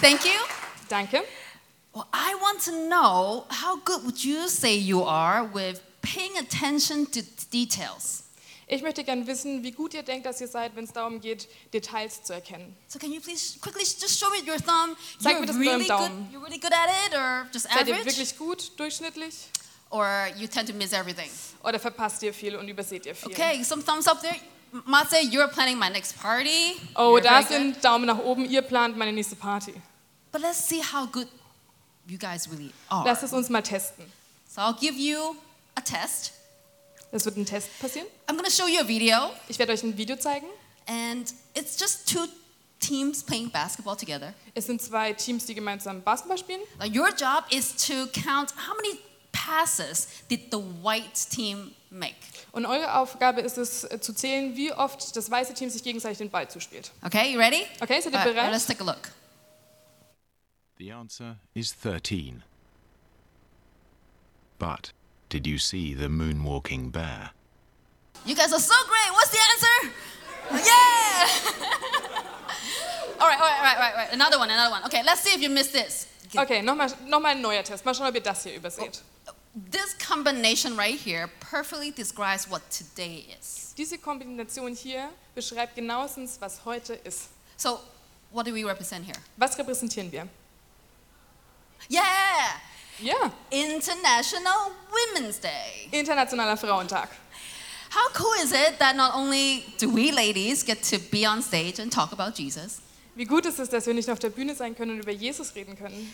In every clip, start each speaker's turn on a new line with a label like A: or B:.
A: Thank you.
B: Danke.
A: Well, I want to know how good would you say you are with paying attention to details?
B: Ich möchte gerne wissen, wie gut ihr denkt, dass ihr seid, wenn es darum geht, Details zu erkennen.
A: So can you please quickly just show me your thumb?
B: Zeig mir
A: you're
B: das mit
A: really
B: eurem
A: good.
B: Daumen.
A: You're really good at it, or just
B: Seid ihr
A: average,
B: wirklich gut, durchschnittlich
A: or you tend to miss everything.
B: oder verpasst ihr viel und überseht ihr viel?
A: Okay, some thumbs up there. M- Matze, you're planning my next party.
B: Oh,
A: You're
B: da
A: very good.
B: sind Daumen nach oben. Ihr plant meine nächste Party.
A: But let's see how good you guys really are.
B: Lasst es uns mal testen.
A: so I'll give you a test.
B: Das wird ein Test passieren.
A: I'm gonna show you a video,
B: Ich werde euch ein Video zeigen.
A: and it's just two teams playing basketball together.
B: Es sind zwei Teams, die gemeinsam Basketball spielen.
A: Now your job is to count how many passes did the white team make.
B: Und eure Aufgabe ist es, äh, zu zählen, wie oft das weiße Team sich gegenseitig den Ball zuspielt.
A: Okay, you ready?
B: Okay, seid ihr
A: Alright,
B: bereit?
A: let's take a look.
C: The answer is 13. But did you see the moonwalking bear?
A: You guys are so great. What's the answer? Yeah! all right, all right, all right, all right, all right. Another one, another one. Okay, let's see if you missed this.
B: Okay, nochmal noch mal ein neuer Test. Mal schauen, ob ihr das hier überseht.
A: Oh. This combination right here perfectly describes what today is.
B: Diese Kombination hier beschreibt genauestens, was heute ist.
A: So, what do we represent here?
B: Was repräsentieren wir?
A: Yeah!
B: Ja,
A: International Women's Day.
B: Internationaler Frauentag.
A: How cool is it that not only do we ladies get to be on stage and talk about Jesus,
B: Wie gut ist es, dass wir nicht auf der Bühne sein können und über Jesus reden können.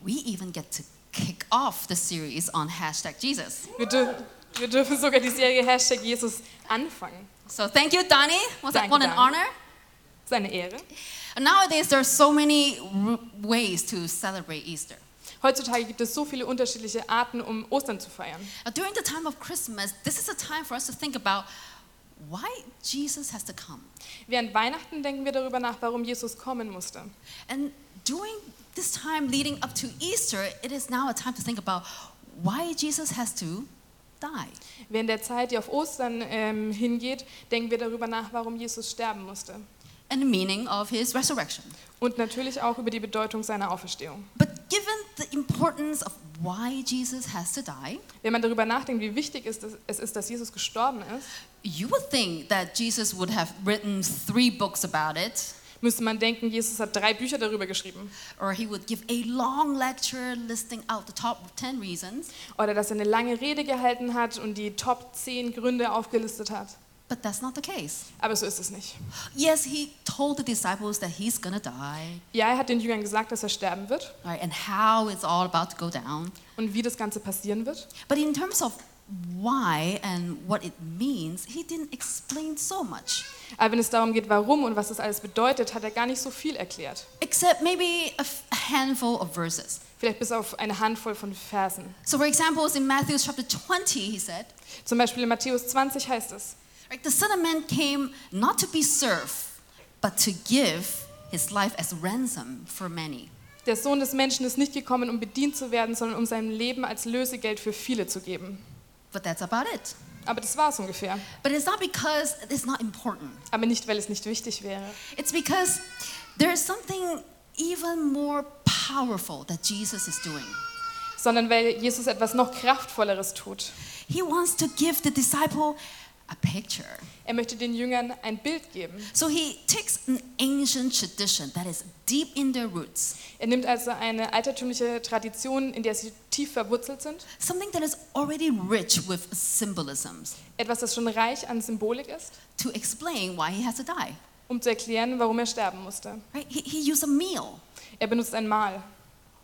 A: we even get to kick off the series on hashtag Jesus.
B: Wir, dür wir dürfen sogar die Serie Hashtag Jesus anfangen.
A: So thank you, Donnie. Was that
B: Thank you,
A: what an
B: Donnie.
A: honor?
B: Ist eine Ehre.
A: And nowadays, there are so many r- ways to celebrate Easter.
B: Heutzutage gibt es so viele unterschiedliche Arten, um Ostern zu feiern.
A: Now, during the time of Christmas, this is a time for us to think about why Jesus has to come.
B: Während Weihnachten denken wir darüber nach, warum Jesus kommen musste.
A: And during this time leading up to Easter, it is now a time to think about why Jesus has to die.
B: Während der Zeit, die auf Ostern ähm, hingeht, denken wir darüber nach, warum Jesus sterben musste.
A: And the meaning of his resurrection.
B: Und natürlich auch über die Bedeutung seiner Auferstehung.
A: But given the importance of why Jesus has to die,
B: Wenn man darüber nachdenkt, wie wichtig es ist- es ist, dass Jesus gestorben ist,
A: you would think that Jesus would have written three books about it,
B: müsste man denken, Jesus hat drei Bücher darüber geschrieben.
A: or he would give a long lecture listing out the top 10 reasons,
B: Oder dass er eine lange Rede gehalten hat und die Top 10 Gründe aufgelistet hat.
A: but that's not the case.
B: Aber so ist es nicht.
A: Yes, he told the disciples that he's gonna die,
B: Ja, er hat den Jüngern gesagt, dass er sterben wird
A: all right, and how it's all about to go down.
B: und wie das Ganze passieren wird.
A: But in terms of why and what it means, he didn't explain so much,
B: Aber wenn es darum geht, warum und was das alles bedeutet, hat er gar nicht so viel erklärt.
A: except maybe a f- a handful of verses.
B: Vielleicht bis auf eine Handvoll von Versen.
A: So, for example, in Matthew chapter 20, he said,
B: Zum Beispiel in Matthäus 20 heißt es,
A: right, The Son of Man came not to be served, but to give his life as ransom for many.
B: der Sohn des Menschen ist nicht gekommen, um bedient zu werden, sondern um sein Leben als Lösegeld für viele zu geben.
A: But that's about it.
B: Aber das war es ungefähr.
A: But it's not because it's not important.
B: Aber nicht, weil es nicht wichtig wäre.
A: It's because there is something even more powerful that Jesus is doing.
B: sondern weil Jesus etwas noch Kraftvolleres tut.
A: He wants to give the disciple a picture.
B: Er möchte den Jüngern ein Bild geben.
A: So he takes an ancient tradition that is deep in their roots,
B: Er nimmt also eine altertümliche Tradition, in der sie tief verwurzelt sind,
A: something that is already rich with symbolisms,
B: etwas, das schon reich an Symbolik ist,
A: to explain why he has to die.
B: um zu erklären, warum er sterben musste.
A: Right? He, he used a meal.
B: Er benutzt ein Mahl.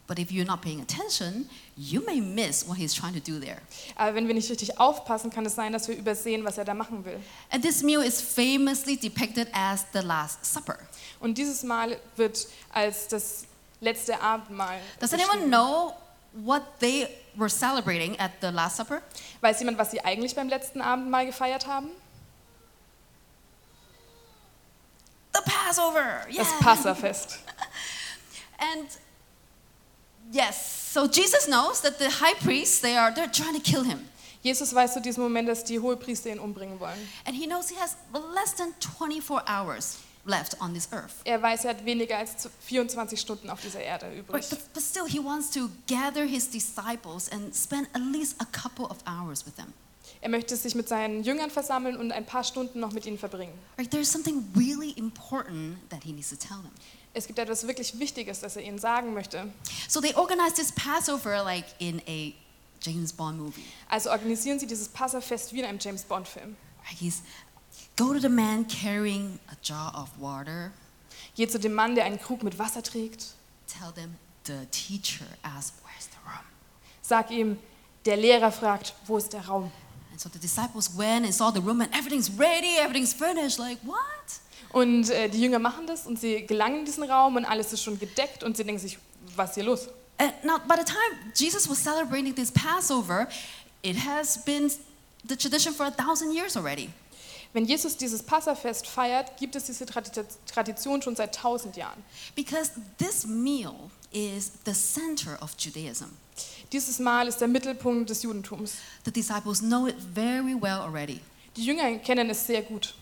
A: But if you're not paying attention, you may miss what he's trying to do there.
B: Aber wenn wir nicht richtig aufpassen, kann es sein, dass wir übersehen, was er da machen will.
A: And this meal is famously depicted as the Last Supper.
B: Und dieses Mahl wird als das letzte Abendmahl.
A: Does
B: beschrieben.
A: anyone know what they were celebrating at the Last Supper?
B: Weiß jemand, was sie eigentlich beim letzten Abendmahl gefeiert haben?
A: The Passover. Yes.
B: Das Passafest.
A: And yes, so Jesus knows that the high priests they are they're trying to kill him.
B: Jesus weiß zu diesem Moment, dass die Hohepriester ihn umbringen wollen.
A: And he knows he has less than 24 hours. left on this earth.
B: Er weiß, er hat weniger als zu- 24 Stunden auf dieser Erde übrig.
A: But, but still, he wants to gather his disciples and spend at least a couple of hours with them.
B: Er möchte sich mit seinen Jüngern versammeln und ein paar Stunden noch mit ihnen verbringen.
A: Right? There's something really important that he needs to tell them.
B: Es gibt etwas wirklich Wichtiges, das er ihnen sagen möchte.
A: So they organized this Passover like in a James Bond movie.
B: Also organisieren Sie dieses Passafest wie in einem James Bond-Film.
A: Right? He's go to the man carrying a jar of water.
B: Geht zu dem Mann, der einen Krug mit Wasser trägt.
A: Tell them the teacher asked, "Where's the room?"
B: Sag ihm, der Lehrer fragt, wo ist der Raum?
A: And so the disciples went and saw the room, and everything's ready, everything's furnished. Like what?
B: Und äh, die Jünger machen das und sie gelangen in diesen Raum und alles ist schon gedeckt und sie denken sich, was ist hier los?
A: And now, by the time Jesus was celebrating this Passover, it has been the tradition for a thousand years already.
B: Wenn Jesus dieses Passafest feiert, gibt es diese Tradi- Tradition schon seit tausend Jahren.
A: Because this meal is the center of Judaism.
B: Dieses Mal ist der Mittelpunkt des Judentums.
A: The disciples know it very well already.
B: Die Jünger kennen es sehr gut.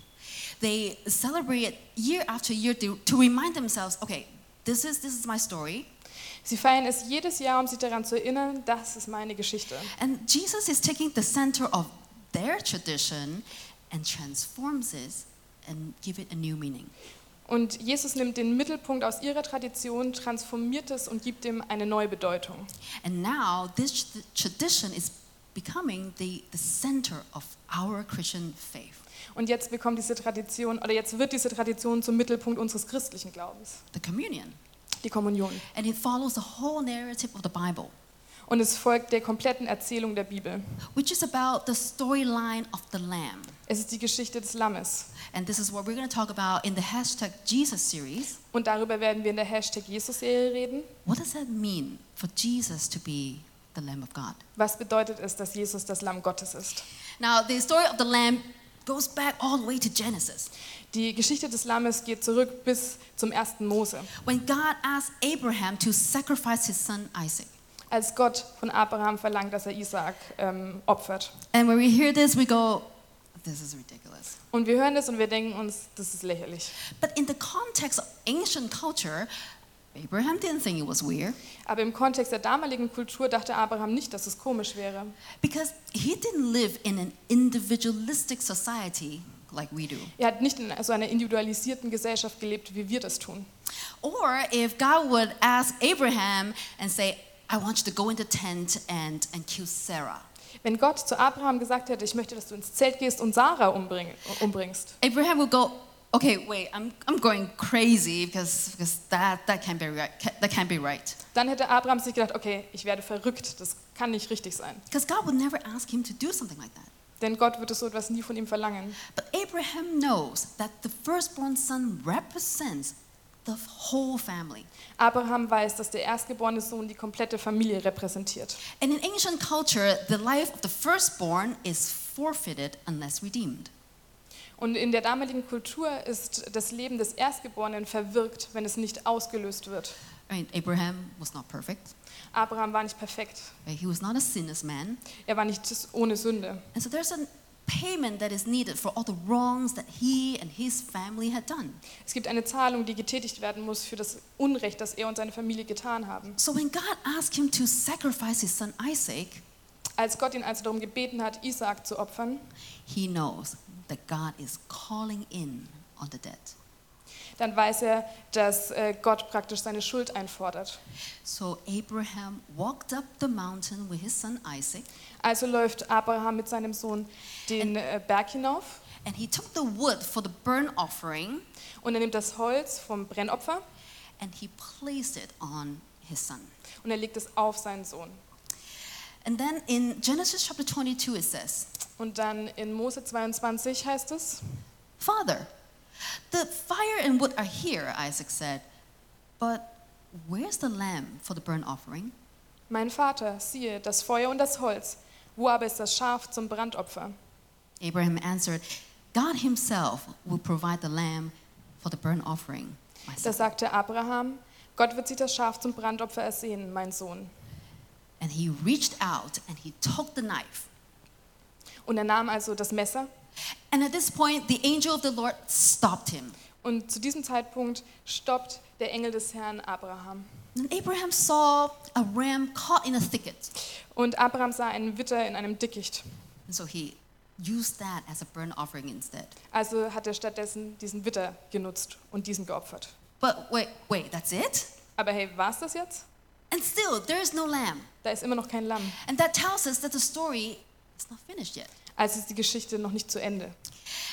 A: They celebrate it year after year to, to remind themselves okay, this is, this is my story.
B: Sie feiern es jedes Jahr, um sich daran zu erinnern, das ist meine Geschichte.
A: And Jesus is taking the center of their tradition and transforms it and give it a new meaning.
B: Und Jesus nimmt den Mittelpunkt aus ihrer Tradition, transformiert es und gibt ihm eine neue Bedeutung.
A: And now this tr- tradition is becoming the, the center of our Christian faith.
B: Und jetzt bekommt diese Tradition, oder jetzt wird diese Tradition zum Mittelpunkt unseres christlichen Glaubens,
A: The communion.
B: die Kommunion.
A: And it follows the whole narrative of the Bible,
B: Und es folgt der kompletten Erzählung der Bibel.
A: which is about the storyline of the Lamb.
B: Es ist die Geschichte des Lammes.
A: And this is what we're going to talk about in the hashtag Jesus series.
B: Und darüber werden wir in der Hashtag Jesus-Serie reden.
A: What does that mean for Jesus to be the Lamb of God?
B: Was bedeutet es, dass Jesus das Lamm Gottes ist?
A: Now, the story of the Lamb goes back all the way to Genesis.
B: Die Geschichte des Lammes geht zurück bis zum ersten Mose,
A: When God asked Abraham to sacrifice his son Isaac.
B: als Gott von Abraham verlangt, dass er Isaak ähm, opfert.
A: And when we hear this, we go, this is ridiculous.
B: Und wir hören das und wir denken uns, das ist lächerlich.
A: But in the context of ancient culture, Abraham didn't think it was weird
B: Aber im Kontext der damaligen Kultur dachte Abraham nicht, dass es komisch wäre.
A: because he didn't live in an individualistic society like we do.
B: Er hat nicht in so einer individualisierten Gesellschaft gelebt, wie wir das tun.
A: Or if God would ask Abraham and say, I want you to go in the tent and, and kill Sarah.
B: Wenn Gott zu Abraham gesagt hätte, ich möchte, dass du ins Zelt gehst und Sarah umbring- umbringst,
A: Abraham would go, okay, wait, I'm, I'm going crazy because, because that, that, can't be right, that can't be right.
B: dann hätte Abraham sich gedacht, okay, ich werde verrückt, das kann nicht richtig sein.
A: Because God would never ask him to do something like that.
B: Denn Gott würde so etwas nie von ihm verlangen.
A: But Abraham knows that the firstborn son represents the whole family.
B: Abraham weiß, dass der erstgeborene Sohn die komplette Familie repräsentiert.
A: And in ancient culture, the life of the firstborn is forfeited unless redeemed.
B: Und in der damaligen Kultur ist das Leben des Erstgeborenen verwirkt, wenn es nicht ausgelöst wird.
A: I mean, Abraham was not perfect.
B: Abraham war nicht perfekt.
A: right? He was not a sinless man.
B: Er war nicht ohne Sünde.
A: And so there's a payment that is needed for all the wrongs that he and his family had done.
B: Es gibt eine Zahlung, die getätigt werden muss für das Unrecht, das er und seine Familie getan haben.
A: So when God asked him to sacrifice his son Isaac,
B: Als Gott ihn also darum gebeten hat, Isaak zu opfern,
A: he knows that God is calling in on the dead.
B: dann weiß er, dass äh, Gott praktisch seine Schuld einfordert.
A: So Abraham walked up the mountain with his son Isaac,
B: Also läuft Abraham mit seinem Sohn den äh, Berg hinauf
A: and he took the wood for the burnt offering
B: und er nimmt das Holz vom Brennopfer
A: and he placed it on his son.
B: und er legt es auf seinen Sohn.
A: And then in Genesis chapter 22, it says,
B: Und dann in Mose 22 heißt es,
A: Father, the fire and wood are here, Isaac said, but where's the lamb for the burnt offering?
B: mein Vater, siehe, das Feuer und das Holz, wo aber ist das Schaf zum Brandopfer?
A: Abraham answered, God himself will provide the lamb for the burnt offering. my
B: Da
A: son."
B: sagte Abraham, Gott wird sich das Schaf zum Brandopfer ersehen, mein Sohn.
A: And he reached out and he took the knife.
B: Und er nahm also das Messer
A: And at this point, the angel of the Lord stopped him.
B: Und zu diesem Zeitpunkt stoppt der Engel des Herrn Abraham.
A: And Abraham saw a ram caught in a thicket.
B: Und Abraham sah einen Witter in einem Dickicht.
A: And so he used that as a burnt offering instead.
B: Also hat er stattdessen diesen Witter genutzt und diesem geopfert.
A: But wait, wait, that's it?
B: Aber hey, war es das jetzt?
A: And still, there is no lamb.
B: Da ist immer noch kein Lamm.
A: And that tells us that the story is not finished yet.
B: Also ist die Geschichte noch nicht zu Ende.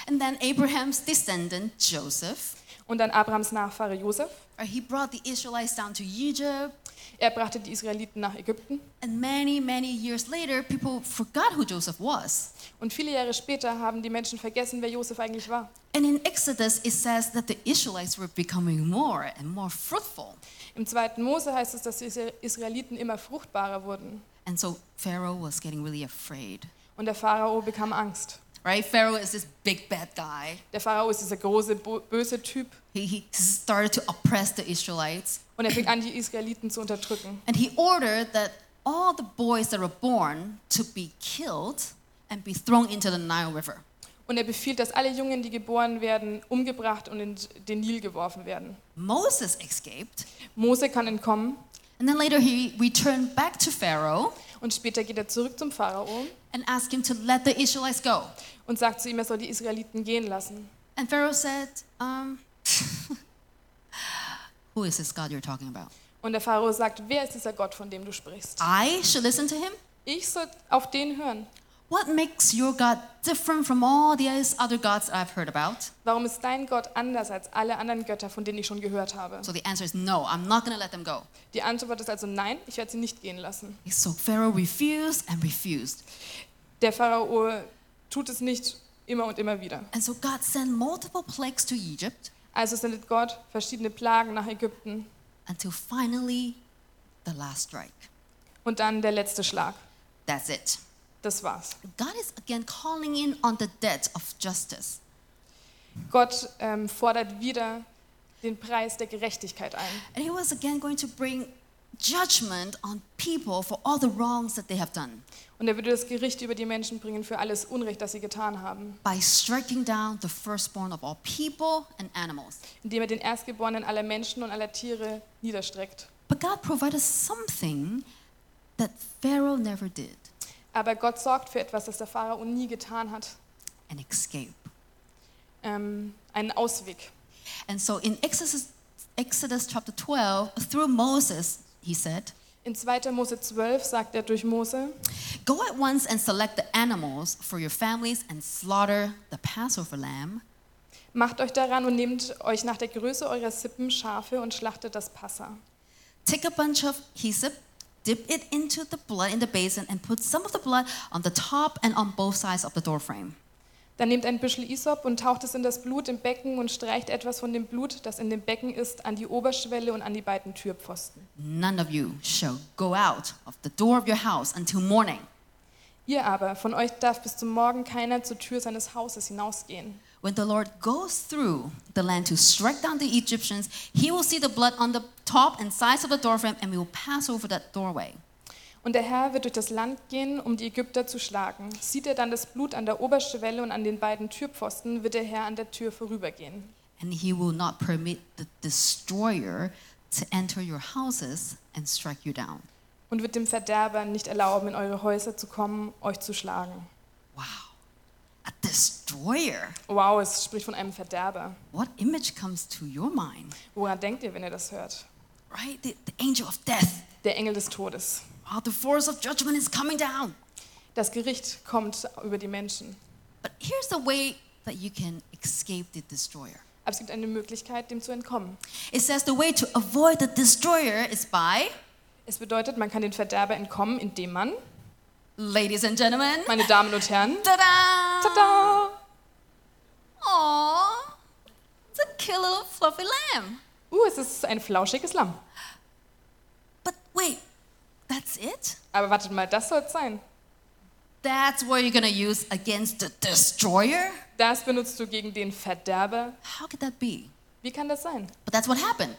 A: And then Abraham's descendant, Joseph,
B: Und dann Abrahams Nachfahre Josef.
A: uh, he brought the Israelites down to Egypt.
B: Er brachte die Israeliten nach Ägypten.
A: And many, many years later, people forgot who Joseph was.
B: Und viele Jahre später haben die Menschen vergessen, wer Josef eigentlich war.
A: And in Exodus, it says that the Israelites were becoming more and more fruitful.
B: Im zweiten Mose heißt es, dass die Isra- Israeliten immer fruchtbarer wurden.
A: And so Pharaoh was getting really afraid.
B: Und der Pharao bekam Angst.
A: Right? Pharaoh is this big bad guy.
B: Der Pharao ist dieser große, bo- böse Typ.
A: He, he started to oppress the Israelites.
B: Und er fing an, die Israeliten zu unterdrücken.
A: And he ordered that all the boys that were born to be killed and be thrown into the Nile River.
B: Und er befiehlt, dass alle Jungen, die geboren werden, umgebracht und in den Nil geworfen werden.
A: Moses escaped.
B: Mose kann entkommen
A: And then later he returned back to Pharaoh
B: und später geht er zurück zum Pharao
A: and asked him to let the Israelites go.
B: und sagt zu ihm, er soll die Israeliten gehen lassen.
A: And Pharaoh said, um, Who is this God you're talking about?
B: Und der Pharao sagt, wer ist dieser Gott, von dem du sprichst?
A: I should listen to him?
B: Ich soll auf den hören.
A: What makes your God different from all the other gods I've heard about?
B: Warum ist dein Gott anders als alle anderen Götter, von denen ich schon gehört habe?
A: So the answer is no, I'm not going to let them go.
B: Die Antwort ist also nein, ich werde sie nicht gehen lassen.
A: So Pharaoh refused and refused.
B: Der Pharao tut es nicht immer und immer wieder.
A: And so God sent multiple plagues to Egypt
B: Also sendet Gott verschiedene Plagen nach Ägypten
A: until finally the last strike.
B: und dann der letzte Schlag.
A: That's it.
B: Das war's.
A: God is again calling in on the debt of justice.
B: Gott ähm, fordert wieder den Preis der Gerechtigkeit ein.
A: And he was again going to bring judgment on people for all the wrongs that they have done
B: Und er würde das Gericht über die Menschen bringen für alles Unrecht, das sie getan haben,
A: by striking down the firstborn of all people and animals.
B: indem er den Erstgeborenen aller Menschen und aller Tiere niederstreckt.
A: But God provided something that Pharaoh never did
B: Aber Gott sorgt für etwas, das der Pharao nie getan hat.
A: an escape.
B: Ähm, einen Ausweg.
A: And so in Exodus, Exodus chapter 12, through Moses, he said,
B: In 2. Mose 12 sagt er durch Mose,
A: Go at once and select the animals for your families and slaughter the Passover lamb
B: Macht euch daran und nehmt euch nach der Größe eurer Sippen Schafe und schlachtet das Passa.
A: Take a bunch of hyssop, dip it into the blood in the basin, and put some of the blood on the top and on both sides of the door frame.
B: Dann nehmt ein Büschel Isop und taucht es in das Blut im Becken und streicht etwas von dem Blut, das in dem Becken ist, an die Oberschwelle und an die beiden Türpfosten.
A: None of you shall go out of the door of your house until morning.
B: Ihr aber, von euch darf bis zum Morgen keiner zur Tür seines Hauses hinausgehen.
A: When the Lord goes through the land to strike down the Egyptians, he will see the blood on the top and sides of the doorframe and will pass over that doorway.
B: Und der Herr wird durch das Land gehen, um die Ägypter zu schlagen. Sieht er dann das Blut an der Oberschwelle und an den beiden Türpfosten, wird der Herr an der Tür vorübergehen.
A: And he will not permit the destroyer to enter your houses and strike you down.
B: und wird dem Verderber nicht erlauben, in eure Häuser zu kommen, euch zu schlagen.
A: Wow. A destroyer.
B: Wow, es spricht von einem Verderber.
A: What image comes to your mind?
B: Woran denkt ihr, wenn ihr das hört?
A: Right? The, the angel of death.
B: Der Engel des Todes.
A: Oh, the force of judgment is coming down.
B: Das Gericht kommt über die Menschen.
A: But here's the way that you can escape the destroyer.
B: Aber es gibt eine Möglichkeit, dem zu entkommen.
A: It says the way to avoid the destroyer is by,
B: Es bedeutet, man kann den Verderber entkommen, indem man,
A: ladies and gentlemen,
B: meine Damen und Herren,
A: ta-da!
B: tada!
A: Aww, it's a cute little fluffy lamb.
B: Uh, es ist ein flauschiges Lamm.
A: But wait, that's it?
B: Aber wartet mal, das soll es sein.
A: That's what you're gonna use against the destroyer?
B: Das benutzt du gegen den Verderber.
A: How could that be?
B: Wie kann das sein?
A: But that's what happened.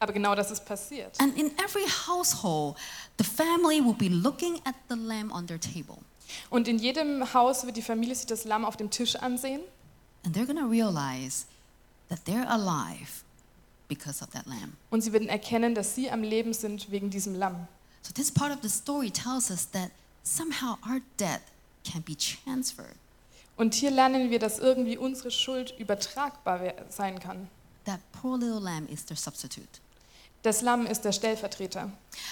B: Aber genau das ist passiert.
A: And in every household, the family will be looking at the lamb on their table.
B: Und in jedem Haus wird die Familie sich das Lamm auf dem Tisch ansehen
A: And they're going to realize that they're alive because of that lamb.
B: Und sie werden erkennen, dass sie am Leben sind wegen diesem Lamm.
A: So this part of the story tells us that somehow our debt can be transferred.
B: Und hier lernen wir, dass irgendwie unsere Schuld übertragbar we- sein kann.
A: That poor little lamb is their substitute.
B: Das Lamm ist der Stellvertreter.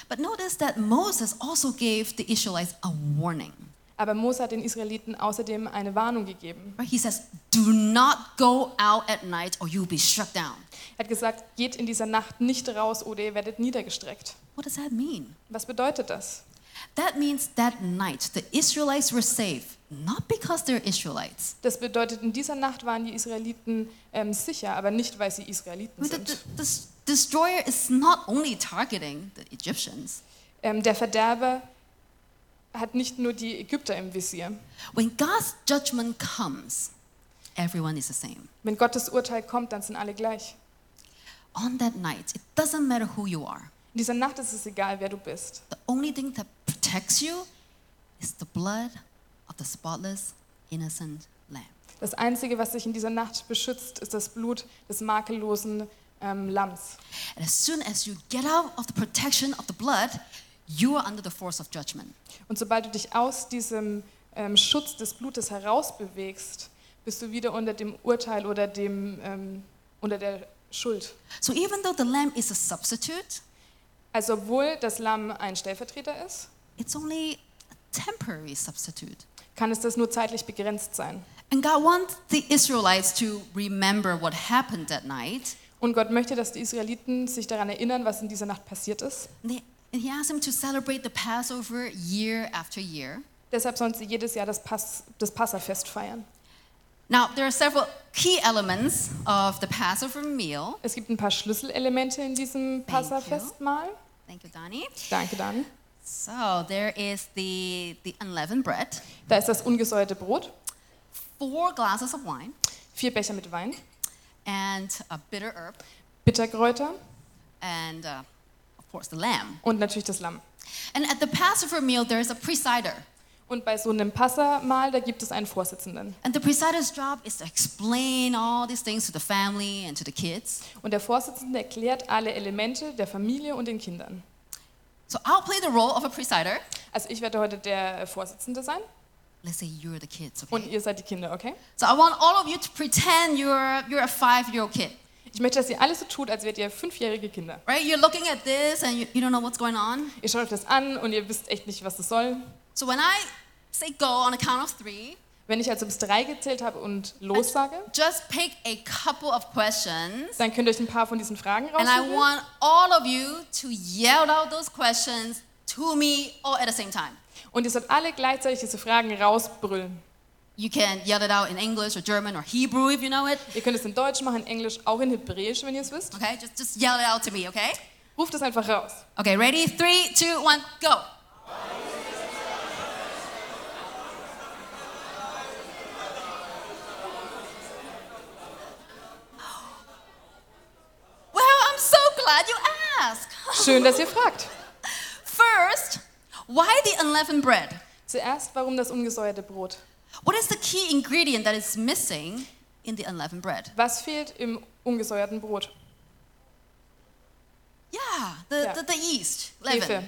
A: But notice that Moses also gave the Israelites a warning.
B: Aber Mose hat den Israeliten außerdem eine Warnung gegeben.
A: Right? He says, "Do not go out at night, or you'll be struck down."
B: Er hat gesagt, geht in dieser Nacht nicht raus oder ihr werdet niedergestreckt.
A: What does that mean?
B: Was bedeutet das?
A: That means that night the Israelites were safe, not because they're Israelites.
B: Das bedeutet, in dieser Nacht waren die Israeliten ähm, sicher, aber nicht, weil sie
A: I
B: Israeliten
A: mean, the, the,
B: sind.
A: the s- destroyer is not only targeting the Egyptians.
B: Ähm, der Verderber hat nicht nur die Ägypter im Visier.
A: When God's judgment comes, everyone is the same.
B: Wenn Gottes Urteil kommt, dann sind alle gleich.
A: On that night, it doesn't matter who you are.
B: In dieser Nacht ist es egal, wer du bist.
A: The only thing that protects you is the blood of the spotless, innocent lamb.
B: Das Einzige, was dich in dieser Nacht beschützt, ist das Blut des makellosen ähm, Lamms.
A: And as soon as you get out of the protection of the blood, you are under the force of judgment.
B: Und sobald du dich aus diesem ähm, Schutz des Blutes herausbewegst, bist du wieder unter dem Urteil oder dem, ähm, unter der Schuld.
A: So even though the lamb is a substitute,
B: Also obwohl das Lamm ein Stellvertreter ist,
A: it's only a temporary substitute.
B: kann es das nur zeitlich begrenzt sein.
A: And God wants the Israelites to remember what happened that night.
B: Und Gott möchte, dass die Israeliten sich daran erinnern, was in dieser Nacht passiert ist.
A: And, they, and He asked them to celebrate the Passover year after year.
B: Deshalb sollen sie jedes Jahr das, Pass, das Passafest feiern.
A: Now, there are several key elements of the Passover meal.
B: Es gibt ein paar Schlüsselelemente in diesem Passafestmahl.
A: Thank you, Donnie.
B: Danke, Dani.
A: So there is the, the unleavened bread,
B: Da ist das ungesäuerte Brot,
A: four glasses of wine,
B: vier Becher mit Wein,
A: and a bitter herb,
B: Bitterkräuter
A: and uh, of course the lamb.
B: und natürlich das Lamm.
A: And at the Passover meal, there is a presider.
B: Und bei so einem Passamahl, da gibt es einen Vorsitzenden.
A: And the presider's job is to explain all these things to the family and to the kids.
B: Und der Vorsitzende erklärt alle Elemente der Familie und den Kindern.
A: So I'll play the role of a presider.
B: Also ich werde heute der Vorsitzende sein
A: Let's say you're the kids,
B: und
A: okay?
B: ihr seid die Kinder, okay?
A: So I want all of you to pretend you're, you're a five-year-old kid,
B: Ich möchte, dass ihr alles so tut, als wärt ihr fünfjährige Kinder.
A: right? You're looking at this and you, you don't know what's going on.
B: Ihr schaut euch das an und ihr wisst echt nicht, was das soll.
A: So when I say go on a count of three,
B: Wenn ich also bis drei gezählt habe und los sage,
A: just pick a couple of questions.
B: dann könnt ihr euch ein paar von diesen Fragen
A: And I
B: raussuchen.
A: want all of you to yell out those questions to me all at the same time.
B: Und ihr sollt alle gleichzeitig diese Fragen rausbrüllen.
A: You can yell it out in English or German or Hebrew if you know it.
B: Ihr könnt es in Deutsch machen, in Englisch, auch in Hebräisch, wenn ihr es wisst.
A: Okay, just, just yell it out to me, okay?
B: Ruft es einfach raus.
A: Okay, ready? Three, two, one, go. Well, I'm so glad you asked.
B: Schön, dass ihr fragt.
A: First, why the unleavened bread?
B: Zuerst, warum das ungesäuerte Brot?
A: What is the key ingredient that is missing in the unleavened bread?
B: Was fehlt im ungesäuerten Brot?
A: Yeah, the,
B: Yeah.
A: the, the yeast, leaven.
B: Hefe.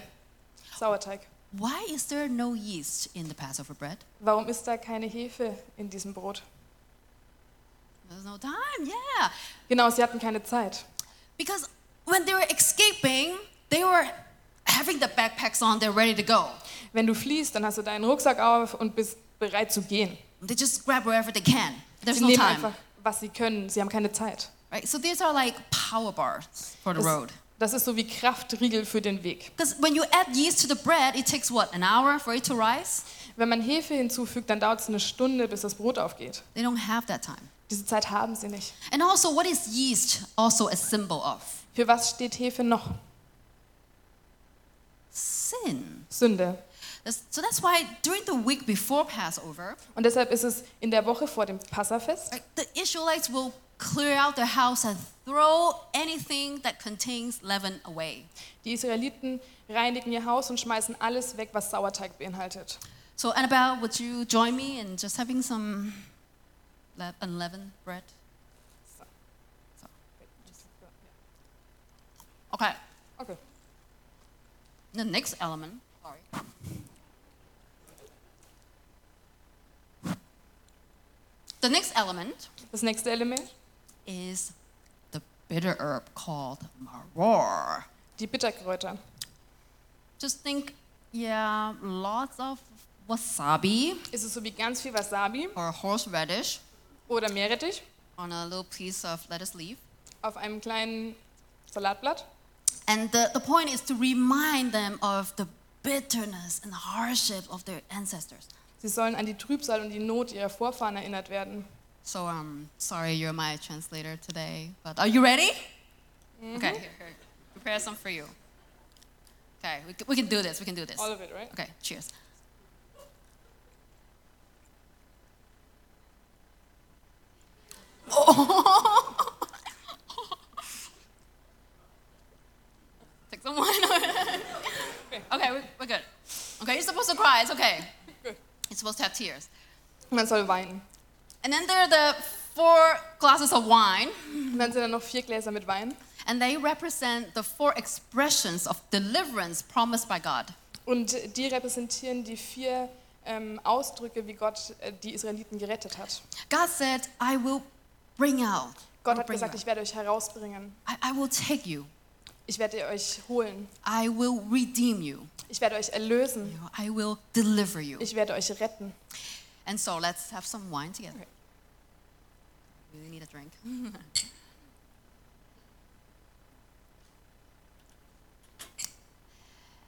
B: Sauerteig.
A: Why is there no yeast in the Passover bread?
B: Warum ist da keine Hefe in diesem Brot?
A: There's no time, yeah.
B: Genau, sie hatten keine Zeit.
A: Because when they were escaping, they were having the backpacks on, they're ready to go.
B: Wenn du fliehst, dann hast du deinen Rucksack auf und bist bereit zu gehen.
A: They just grab wherever they can. There's
B: Sie
A: no
B: nehmen
A: time.
B: einfach, was sie können. Sie haben keine Zeit.
A: Right? So these are like power bars for the
B: Das,
A: road.
B: das ist so wie Kraftriegel für den Weg.
A: Because when you add yeast to the bread, it takes what, an hour for it to rise?
B: Wenn man Hefe hinzufügt, dann dauert es eine Stunde, bis das Brot aufgeht.
A: They don't have that time.
B: Diese Zeit haben sie nicht.
A: And also, what is yeast also a symbol of?
B: Für was steht Hefe noch?
A: Sin.
B: Sünde.
A: That's- So that's why during the week before Passover,
B: Und deshalb ist es in der Woche vor dem Passafest,
A: right, the Israelites will clear out their house and throw anything that contains leaven away.
B: die Israeliten reinigen ihr Haus und schmeißen alles weg, was Sauerteig beinhaltet.
A: So, Annabelle, would you join me in just having some le- unleavened bread? Okay.
B: Okay.
A: The next element. Sorry. The next element
B: Das nächste Element,
A: is the bitter herb called maror.
B: die Bitterkräuter.
A: Just think, yeah, lots of wasabi
B: Ist es so wie ganz viel Wasabi
A: or horseradish
B: oder Meerrettich
A: on a little piece of lettuce leaf.
B: auf einem kleinen Salatblatt.
A: And the, the point is to remind them of the bitterness and hardship of their ancestors.
B: Sie sollen an die Trübsal und die Not ihrer Vorfahren erinnert werden.
A: So um, sorry you're my translator today, but are you ready?
B: Mm-hmm.
A: Okay, here, here. Prepare some for you. Okay, we, c- we can do this, we can do this.
B: All of it, right?
A: Okay, cheers. Take some wine. okay, we, we're good. Okay, you're supposed to cry. It's okay.
B: Good.
A: You're supposed to have tears.
B: Man soll weinen.
A: And then there are the four glasses of wine,
B: Und dann sind da noch vier Gläser mit Wein.
A: and they represent the four expressions of deliverance promised by God.
B: Und die repräsentieren die vier ähm, Ausdrücke, wie Gott äh, die Israeliten gerettet hat.
A: God said, I will bring out.
B: Gott
A: I will
B: hat
A: bring
B: gesagt,
A: you
B: ich werde euch herausbringen.
A: out. I, I will take you.
B: Ich werde euch holen.
A: I will redeem you.
B: Ich werde euch erlösen.
A: You know, I will deliver you.
B: Ich werde euch retten.
A: And so let's have some wine together. Really need a drink.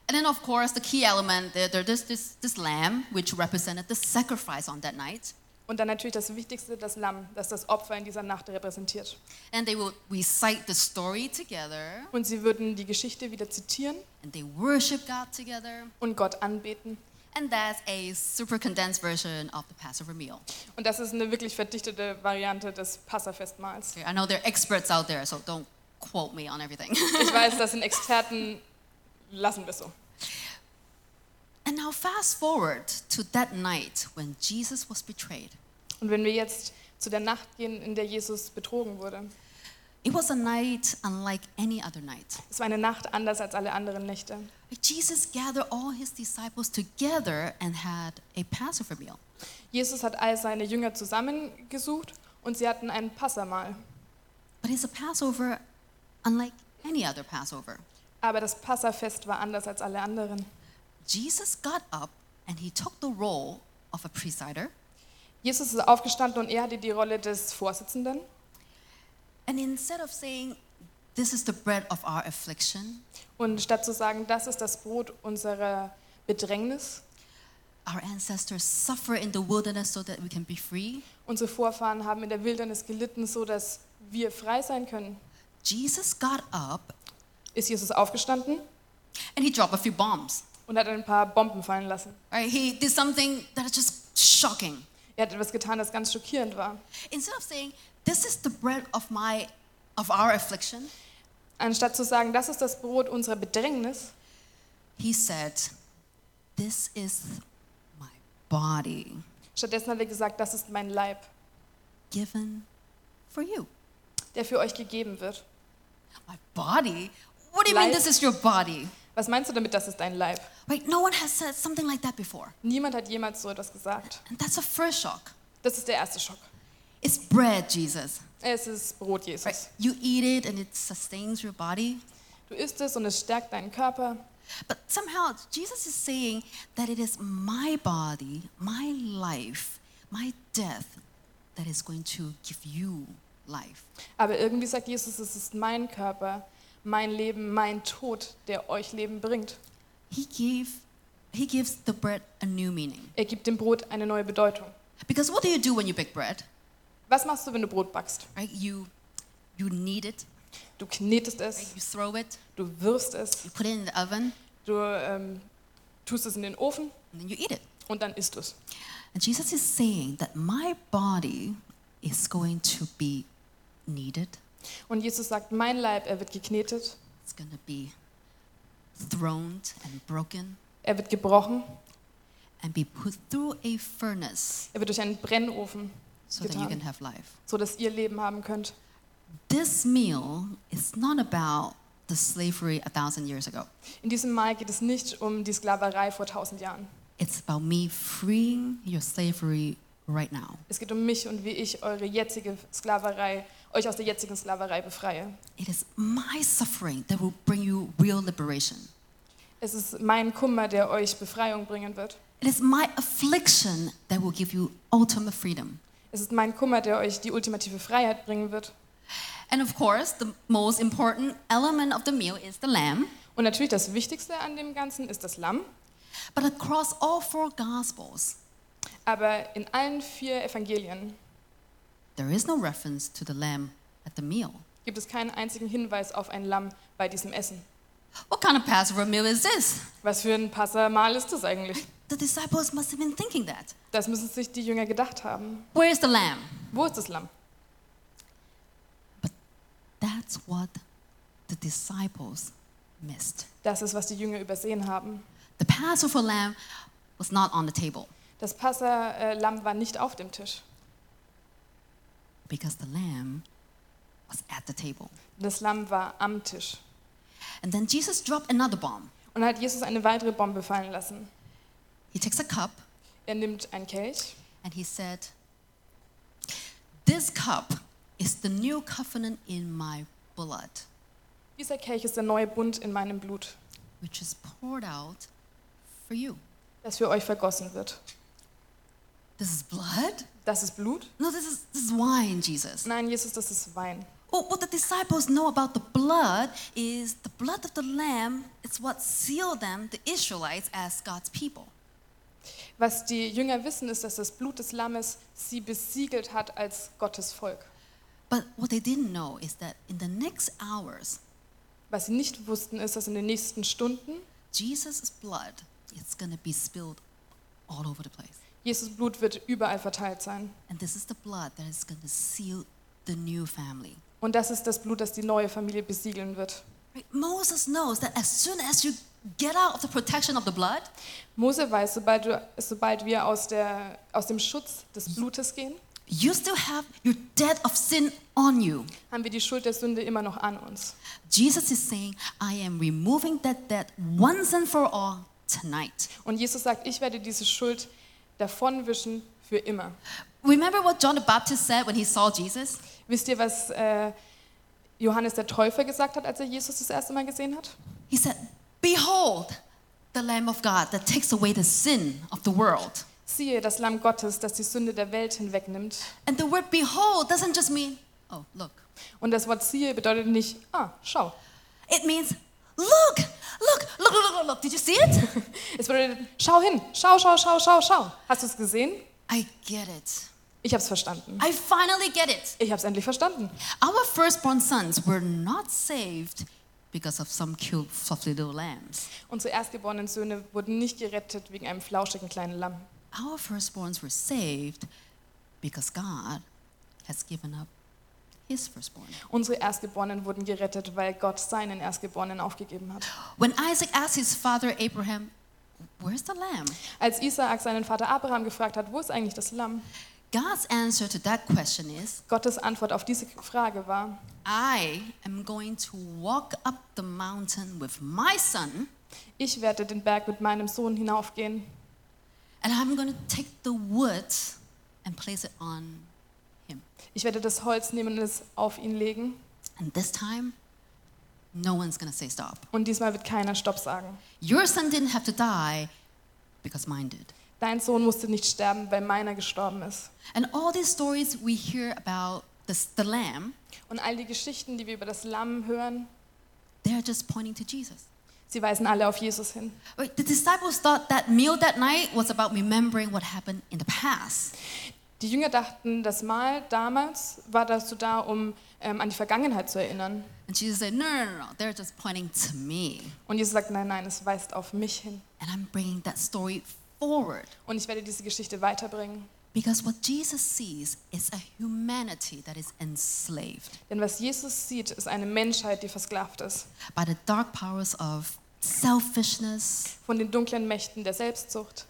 A: and then, of course, the key element there, there- there's this, this lamb, which represented the sacrifice on that night.
B: Und dann natürlich das Wichtigste, das Lamm, das das Opfer in dieser Nacht repräsentiert.
A: And they would recite the story together,
B: Und sie würden die Geschichte wieder zitieren
A: and they worship God together.
B: und Gott anbeten.
A: And that's a super condensed version of the Passover meal.
B: Und das ist eine wirklich verdichtete Variante des Passafestmahls.
A: Okay, I know there are experts out there, so don't quote me on everything.
B: Ich weiß, das sind Experten, lassen wir es so.
A: And now, fast forward to that night when Jesus was betrayed.
B: Und wenn wir jetzt zu der Nacht gehen, in der Jesus betrogen wurde.
A: It was a night unlike any other night.
B: Es war eine Nacht anders als alle anderen Nächte.
A: Jesus gathered all his disciples together and had a Passover meal.
B: Jesus hat all seine Jünger zusammengesucht und sie hatten ein Passamahl.
A: But it's a Passover unlike any other Passover.
B: Aber das Passafest war anders als alle anderen.
A: Jesus got up and he took the role of a presider.
B: Jesus ist aufgestanden und er hatte die Rolle des Vorsitzenden.
A: And instead of saying, This is the bread of our affliction,
B: Und statt zu sagen, das ist das Brot unserer Bedrängnis,
A: our ancestors suffer in the wilderness so that we can be free,
B: unsere Vorfahren haben in der Wildnis gelitten, so dass wir frei sein können,
A: Jesus got up
B: ist Jesus aufgestanden
A: and he dropped a few bombs.
B: und hat ein paar Bomben fallen lassen.
A: Right? He did something that is just shocking.
B: Er hat etwas getan, das ganz schockierend war.
A: Instead of saying, "This is the bread of my of our affliction,"
B: Anstatt zu sagen, das ist das Brot unserer Bedrängnis,
A: he said, "This is my body
B: stattdessen hat er gesagt, das ist mein Leib,
A: given for you."
B: der für euch gegeben wird.
A: My body? What do you mean
B: Life-
A: this is your body?
B: Was meinst du damit, das ist dein Leib?
A: Right? No one has said something like that before.
B: Niemand hat jemals so etwas gesagt.
A: And that's a first shock.
B: Das ist der erste Schock.
A: It's bread, Jesus.
B: Es ist Brot
A: Right?
B: Jesus.
A: You eat it and it sustains your body.
B: Du isst es und es stärkt deinen Körper.
A: But somehow Jesus is saying that it is my body, my life, my death that is going to give you life.
B: Aber irgendwie sagt Jesus, es ist mein Körper, mein Leben, mein Tod, der euch Leben bringt.
A: He gave he gives the bread a new meaning.
B: Er gibt dem Brot eine neue Bedeutung.
A: Because what do you do when you bake bread?
B: Was machst du, wenn du Brot backst?
A: Right? You you knead it,
B: Du knetest
A: right?
B: es,
A: you throw it,
B: du wirfst es,
A: you put it in the oven,
B: du ähm, tust es in den Ofen
A: and then you eat it.
B: und dann isst du es.
A: And Jesus is saying that my body is going to be kneaded,
B: Und Jesus sagt, mein Leib, er wird geknetet,
A: it's going to be thrown and broken.
B: er wird gebrochen,
A: and be put through a furnace
B: er wird durch einen Brennofen
A: so that you can
B: getan,
A: have life.
B: so dass ihr Leben haben könnt.
A: This meal is not about the slavery a thousand years ago.
B: In diesem Mal geht es nicht um die Sklaverei vor 1000 Jahren.
A: It's about me freeing your slavery right now.
B: Es geht um mich und wie ich eure jetzige Sklaverei, euch aus der jetzigen Sklaverei befreie.
A: It is my suffering that will bring you real liberation.
B: Es ist mein Kummer, der euch Befreiung bringen wird.
A: It is my affliction that will give you ultimate freedom.
B: Es ist mein Kummer, der euch die ultimative Freiheit bringen wird.
A: And of course, the most important element of the meal is the lamb.
B: Und natürlich das Wichtigste an dem Ganzen ist das Lamm.
A: But across all four gospels,
B: Aber in allen vier Evangelien
A: there is no reference to the lamb at the meal.
B: gibt es keinen einzigen Hinweis auf ein Lamm bei diesem Essen.
A: What kind of Passover meal is this?
B: Was für ein Passamal ist das eigentlich?
A: The disciples must have been thinking that.
B: Das müssen sich die Jünger gedacht haben.
A: Where is the lamb?
B: Wo ist das Lamm?
A: That's what the disciples missed.
B: Das ist, was die Jünger übersehen haben.
A: The Passover lamb was not on the table
B: Das Passa-Lamm war nicht auf dem Tisch.
A: because the lamb was at the table.
B: Das Lamm war am Tisch.
A: And then Jesus dropped another bomb.
B: Und hat Jesus eine weitere Bombe fallen lassen.
A: He takes a cup
B: Er nimmt einen Kelch
A: and he said, This cup is the new covenant in my blood,
B: Dieser Kelch ist der neue Bund in meinem Blut,
A: which is poured out for you.
B: das für euch vergossen wird.
A: This is blood?
B: Das ist Blut?
A: No, this is, this is wine, Jesus.
B: Nein, Jesus, das ist Wein.
A: Well, what the disciples know about the blood is the blood of the lamb is what sealed them, the Israelites, as God's people.
B: Was die Jünger wissen, ist, dass das Blut des Lammes sie besiegelt hat als Gottes Volk.
A: But what they didn't know is that in the next hours,
B: Was sie nicht wussten, ist, dass in den nächsten Stunden
A: Jesus' blood is going to be spilled all over the place.
B: Jesus Blut wird überall verteilt sein.
A: And this is the blood that is going to seal the new family.
B: Und das ist das Blut, das die neue Familie besiegeln wird.
A: Right? Moses knows that as soon as you get out of the protection of the blood,
B: Mose weiß, sobald, du, sobald wir aus, der, aus dem Schutz des Blutes gehen,
A: you still have your debt of sin on you.
B: haben wir die Schuld der Sünde immer noch an uns.
A: Jesus is saying, I am removing that debt once and for all tonight.
B: Und Jesus sagt, ich werde diese Schuld davonwischen für immer.
A: Remember what John the Baptist said when he saw Jesus?
B: Wisst ihr, was äh, Johannes der Täufer gesagt hat, als er Jesus das erste Mal gesehen hat?
A: He said, Behold, the Lamb of God that takes away the sin of the world.
B: Siehe, das Lamm Gottes, das die Sünde der Welt hinwegnimmt.
A: And the word behold doesn't just mean, oh, look.
B: Und das Wort siehe bedeutet nicht, ah, schau.
A: It means, look, look, look, look, look, look. Did you see it?
B: Es bedeutet, schau hin, schau, schau, schau, schau, schau. Hast du es gesehen?
A: I get it.
B: Ich habe es verstanden.
A: I finally get it.
B: Ich habe es endlich verstanden.
A: Our firstborn sons were not saved because of some cute, fluffy little lambs.
B: Unsere erstgeborenen Söhne wurden nicht gerettet wegen einem flauschigen kleinen Lamm.
A: Our firstborns were saved because God has given up his firstborn.
B: Unsere Erstgeborenen wurden gerettet, weil Gott seinen Erstgeborenen aufgegeben hat.
A: When Isaac asked his father Abraham, Where's the lamb?
B: Als Isaak seinen Vater Abraham gefragt hat, wo ist eigentlich das Lamm?
A: God's answer to that question is
B: Gottes Antwort auf diese Frage war,
A: I am going to walk up the mountain with my son,
B: ich werde den Berg mit meinem Sohn hinaufgehen
A: and I'm going to take the wood and place it on him.
B: Ich werde das Holz nehmen und es auf ihn legen.
A: And this time, no one's going to say stop.
B: Und diesmal wird keiner Stopp sagen.
A: Your son didn't have to die because mine did.
B: Dein Sohn musste nicht sterben, weil meiner gestorben ist.
A: And all these stories we hear about this, the lamb,
B: Und all die Geschichten, die wir über das Lamm hören,
A: they're just pointing to Jesus.
B: sie weisen alle auf Jesus hin.
A: Right, The disciples thought that meal that night was about remembering what happened in the past.
B: Die Jünger dachten, das Mahl damals war dazu da, um ähm, an die Vergangenheit zu erinnern.
A: And Jesus said, No, no, no, no, they're just pointing to me.
B: Und Jesus sagt, nein, nein, es weist auf mich hin.
A: And I'm bringing that story forward.
B: Und ich werde diese Geschichte weiterbringen.
A: Because what Jesus sees is a humanity that is enslaved
B: Denn was Jesus sieht, ist eine Menschheit, die versklavt ist.
A: by the dark powers of selfishness,
B: Von den dunklen Mächten der Selbstzucht,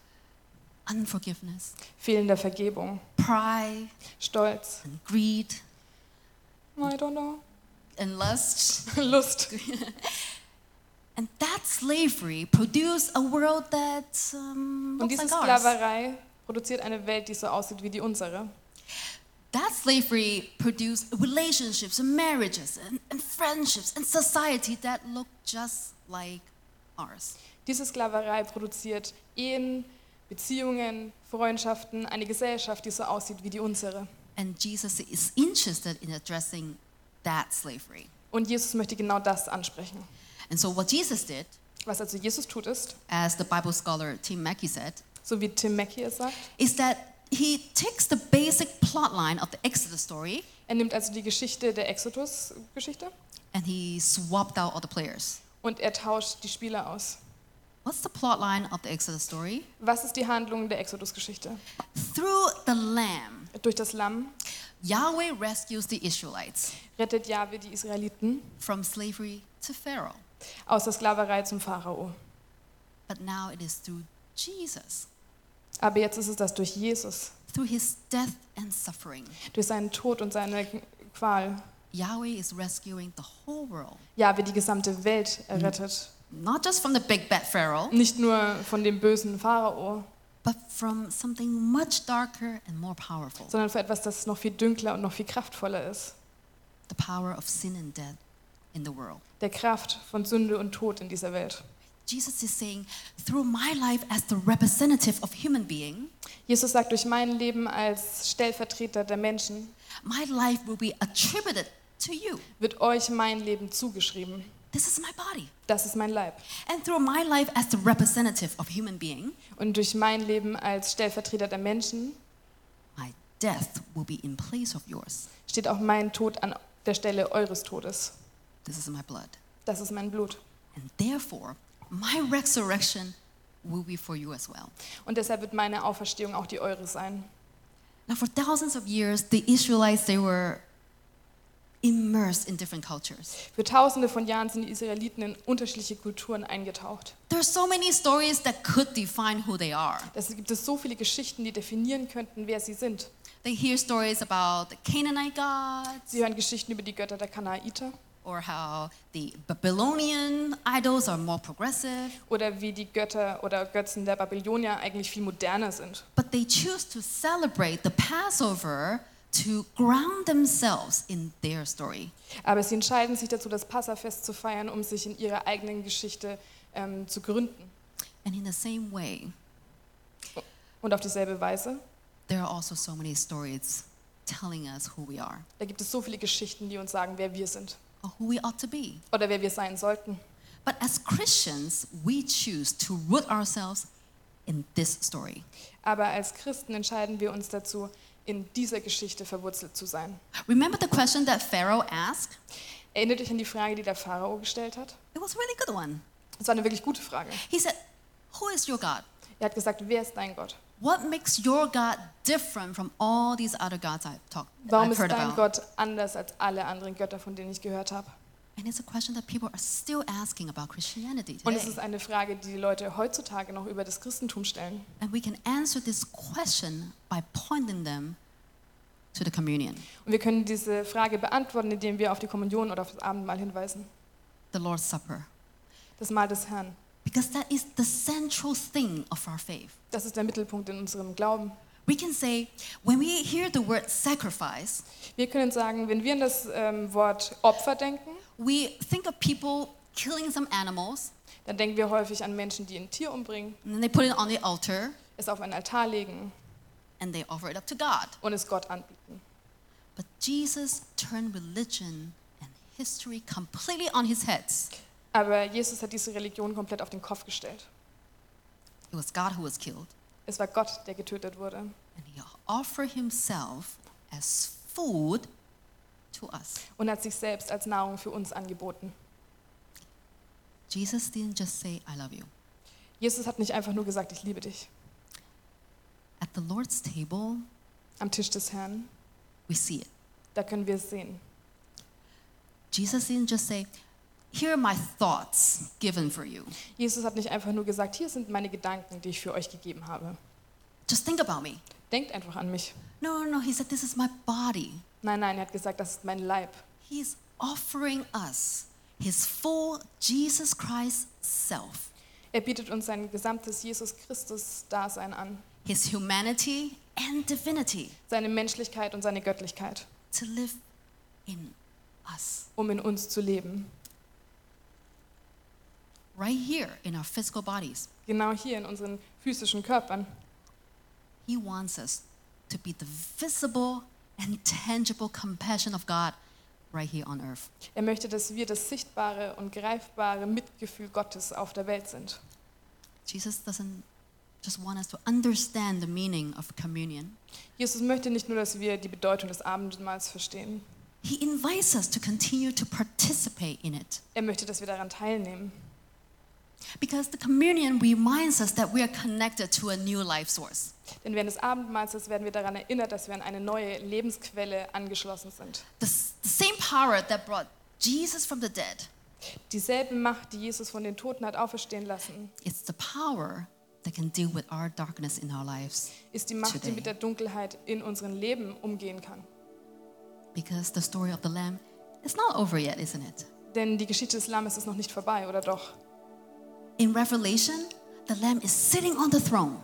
A: unforgiveness,
B: fehlender Vergebung,
A: pride,
B: Stolz,
A: and greed,
B: I don't know,
A: and lust.
B: Lust.
A: And that slavery produced a world that um,
B: Und
A: looks
B: diese
A: like ours.
B: Sklaverei produziert eine Welt, die so aussieht wie die unsere.
A: That slavery produced relationships and marriages and, and friendships and society that look just like ours.
B: Diese Sklaverei produziert Ehen, Beziehungen, Freundschaften, eine Gesellschaft, die so aussieht wie die unsere.
A: And Jesus is interested in addressing that slavery.
B: Und Jesus möchte genau das ansprechen.
A: And so, what Jesus did,
B: Was also Jesus tut ist,
A: as the Bible scholar Tim Mackey said,
B: so wie Tim Mackey es sagt,
A: is that he takes the basic plot line of the Exodus story
B: er nimmt also die Geschichte der Exodus-Geschichte
A: and he swapped out all the players.
B: und er tauscht die Spieler aus.
A: What's the plot line of the Exodus story?
B: Was ist die Handlung der Exodus-Geschichte?
A: Through the lamb,
B: Durch das Lamm
A: Yahweh rescues the Israelites
B: rettet Jahwe die Israeliten
A: from slavery to Pharaoh.
B: aus der Sklaverei zum Pharao.
A: But now it is through Jesus,
B: Aber jetzt ist es das durch Jesus,
A: through his death and suffering.
B: durch seinen Tod und seine Qual.
A: Yahweh is rescuing the whole world,
B: Jahwe die gesamte Welt errettet.
A: not just from the big bad Pharaoh,
B: Nicht nur von dem bösen Pharao,
A: but from something much darker and more powerful
B: sondern für etwas, das noch viel dünkler und noch viel kraftvoller ist.
A: the power of sin and death in the world.
B: Der Kraft von Sünde und Tod in dieser Welt.
A: Jesus is saying, through my life as the representative of human being,
B: Jesus sagt, durch mein Leben als Stellvertreter der Menschen
A: my life will be attributed to you.
B: wird euch mein Leben zugeschrieben.
A: This is my body.
B: Das ist mein Leib.
A: And through my life as the representative of human being,
B: Und durch mein Leben als Stellvertreter der Menschen
A: my death will be in place of yours.
B: steht auch mein Tod an der Stelle eures Todes.
A: This is my blood.
B: Das ist mein Blut.
A: And therefore, my resurrection will be for you as well.
B: Und deshalb wird meine Auferstehung auch die eure sein.
A: Now, for thousands of years, the Israelites, they were immersed in different cultures.
B: Für tausende von Jahren sind die Israeliten in unterschiedliche Kulturen eingetaucht.
A: There are so many stories that could define who they are.
B: Es gibt es so viele Geschichten, die definieren könnten, wer sie sind.
A: They hear stories about the Canaanite gods
B: Sie hören Geschichten über die Götter der Kanaiter
A: or how the Babylonian idols are more progressive,
B: oder wie die Götter oder Götzen der Babylonier eigentlich viel moderner sind.
A: but they choose to celebrate the Passover to ground themselves in their story.
B: Aber sie entscheiden sich dazu, das Passafest zu feiern, um sich in ihrer eigenen Geschichte ähm, zu gründen.
A: And in the same way,
B: Und auf dieselbe Weise,
A: there are also so many stories telling us who we are
B: da gibt es so viele Geschichten, die uns sagen, wer wir sind
A: or who we ought to be.
B: oder wer wir sein sollten.
A: But as Christians, we choose to root ourselves in this story.
B: Aber als Christen entscheiden wir uns dazu, in dieser Geschichte verwurzelt zu sein.
A: Remember the question that Pharaoh asked?
B: Erinnert euch an die Frage, die der Pharao gestellt hat?
A: It was a really good one.
B: Das war eine wirklich gute Frage.
A: He said, Who is your God?
B: Er hat gesagt, wer ist dein Gott?
A: What makes your God different from all these other gods I've talked
B: Warum
A: I've
B: ist
A: heard
B: dein
A: about?
B: Gott anders als alle anderen Götter, von denen ich gehört habe?
A: And it's a question that people are still asking about Christianity
B: Und
A: today.
B: es ist eine Frage, die die Leute heutzutage noch über das Christentum stellen.
A: And we can answer this question by pointing them to the communion.
B: Und wir können diese Frage beantworten, indem wir auf die Kommunion oder auf das Abendmahl hinweisen.
A: the Lord's Supper,
B: Das Mahl des Herrn.
A: because that is the central thing of our faith.
B: Das ist der Mittelpunkt in unserem Glauben.
A: We can say, when we hear the word sacrifice,
B: Wir können sagen, wenn wir an das ähm, Wort Opfer denken,
A: we think of people killing some animals
B: dann denken wir häufig an Menschen, die ein Tier umbringen,
A: and then they put it on the altar
B: es auf einen Altar legen
A: and they offer it up to God.
B: und es Gott anbieten.
A: But Jesus turned religion and history completely on his head.
B: Aber Jesus hat diese Religion komplett auf den Kopf gestellt.
A: It was God who was killed,
B: Es war Gott, der getötet wurde.
A: and he offered himself as food to us.
B: und hat sich selbst als Nahrung für uns angeboten.
A: Jesus didn't just say, I love you.
B: Jesus hat nicht einfach nur gesagt, ich liebe dich.
A: At the Lord's table,
B: Am Tisch des Herrn,
A: we see it.
B: da können wir es sehen.
A: Jesus didn't just say, Here are my thoughts given for you.
B: Jesus hat nicht einfach nur gesagt, hier sind meine Gedanken, die ich für euch gegeben habe.
A: Just think about me.
B: Denkt einfach an mich.
A: No, no, no. He said, This is my body.
B: Nein, nein, er hat gesagt, das ist mein Leib.
A: He's offering us his full Jesus Christ self,
B: Er bietet uns sein gesamtes Jesus Christus-Dasein an,
A: his humanity and divinity
B: seine Menschlichkeit und seine Göttlichkeit,
A: to live in us,
B: um in uns zu leben.
A: right here in our physical bodies.
B: Genau hier in unseren physischen Körpern.
A: He wants us to be the visible and tangible compassion of God right here on earth.
B: Er möchte, dass wir das sichtbare und greifbare Mitgefühl Gottes auf der Welt sind.
A: Jesus doesn't just want us to understand the meaning of communion.
B: Jesus möchte nicht nur, dass wir die Bedeutung des Abendmahls verstehen.
A: He invites us to continue to participate in it
B: Er möchte, dass wir daran teilnehmen.
A: because the communion reminds us that we are connected to a new life source.
B: Denn während des Abendmahls ist, werden wir daran erinnert, dass wir an eine neue Lebensquelle angeschlossen sind.
A: The, s- the same power that brought Jesus from the dead,
B: Dieselbe Macht, die Jesus von den Toten hat auferstehen lassen,
A: it's the power that can deal with our darkness in our lives
B: ist die Macht, die
A: today.
B: mit der Dunkelheit in unserem Leben umgehen kann.
A: Because the story of the Lamb is not over yet, isn't it?
B: Denn die Geschichte des Lammes ist noch nicht vorbei, oder doch?
A: In Revelation, the Lamb is sitting on the throne,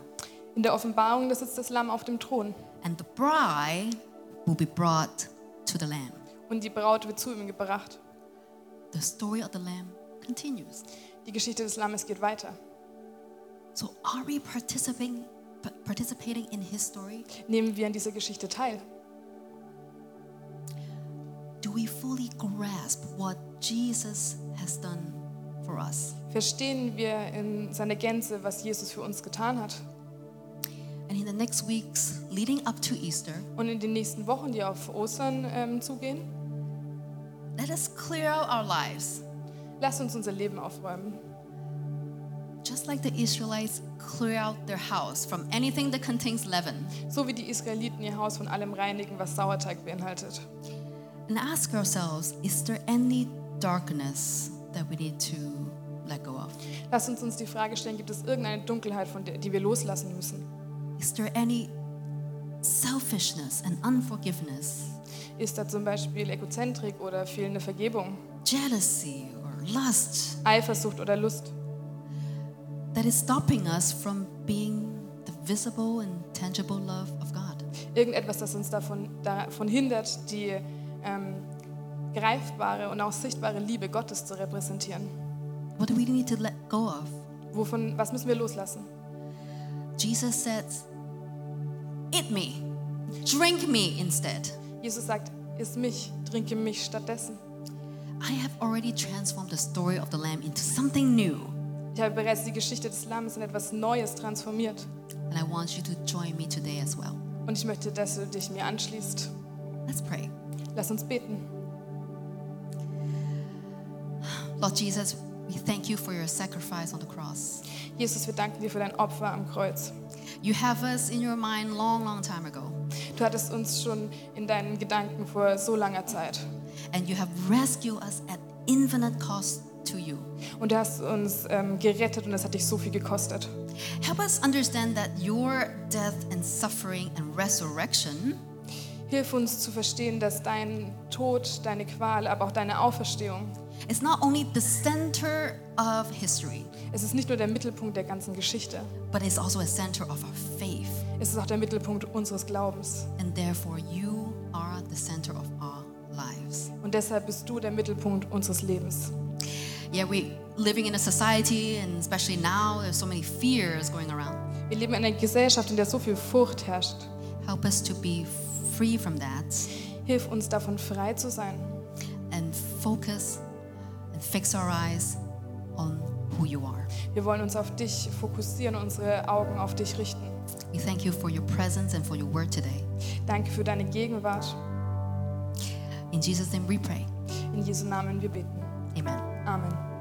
B: In der Offenbarung da sitzt das Lamm auf dem Thron
A: and the bride will be brought to the Lamb.
B: und die Braut wird zu ihm gebracht.
A: The story of the Lamb continues.
B: Die Geschichte des Lammes geht weiter.
A: So, are we participating, pa- participating in His story?
B: Nehmen wir an dieser Geschichte teil?
A: Do we fully grasp what Jesus has done for us?
B: Verstehen wir in seiner Gänze, was Jesus für uns getan hat?
A: And in the next weeks leading up to Easter,
B: Und in den nächsten Wochen, die auf Ostern ähm, zugehen,
A: let us clear out our lives.
B: Lass uns unser Leben aufräumen.
A: Just like the Israelites clear out their house from anything that contains leaven,
B: So wie die Israeliten ihr Haus von allem reinigen, was Sauerteig beinhaltet.
A: and ask ourselves is there any darkness that we need to let go of?
B: Lass uns uns die Frage stellen, gibt es irgendeine Dunkelheit, von der, die wir loslassen müssen?
A: Is there any selfishness and unforgiveness,
B: Ist da zum Beispiel Egozentrik oder fehlende Vergebung,
A: jealousy or lust
B: Eifersucht oder Lust,
A: that is stopping us from being the visible and tangible love of God?
B: irgendetwas, das uns davon, davon hindert, die ähm, greifbare und auch sichtbare Liebe Gottes zu repräsentieren?
A: What do we need to let go of?
B: Wovon, was müssen wir loslassen?
A: Jesus says, Eat me, drink me instead.
B: Jesus sagt, iss mich, trinke mich stattdessen.
A: I have already transformed the story of the Lamb into something new,
B: Ich habe bereits die Geschichte des Lammes in etwas Neues transformiert.
A: and I want you to join me today as well.
B: Und ich möchte, dass du dich mir anschließt.
A: Let's pray.
B: Lass uns beten.
A: Lord Jesus, we thank you for your sacrifice on the cross.
B: Jesus, wir danken dir für dein Opfer am Kreuz.
A: You have us in your mind long, long time ago,
B: Du hattest uns schon in deinen Gedanken vor so langer Zeit.
A: and you have rescued us at infinite cost to you.
B: Und du hast uns ähm, gerettet und das hat dich so viel gekostet.
A: Help us understand that your death and suffering and resurrection
B: Hilf uns zu verstehen, dass dein Tod, deine Qual, aber auch deine Auferstehung,
A: is not only the center of history,
B: es ist nicht nur der Mittelpunkt der ganzen Geschichte,
A: but it's also a center of our faith.
B: es ist auch der Mittelpunkt unseres Glaubens.
A: And therefore, you are the center of our lives.
B: Und deshalb bist du der Mittelpunkt unseres Lebens.
A: Yeah, we living in a society, and especially now, there's so many fears going around.
B: Wir leben in einer Gesellschaft, in der so viel Furcht herrscht.
A: Help us to be free from that.
B: Hilf uns davon frei zu sein.
A: and focus and fix our eyes on who you are.
B: Wir wollen uns auf dich fokussieren, unsere Augen auf dich richten.
A: We thank you for your presence and for your word today.
B: Danke für deine Gegenwart.
A: In Jesus' name we pray.
B: In Jesu Namen wir beten.
A: Amen.
B: Amen.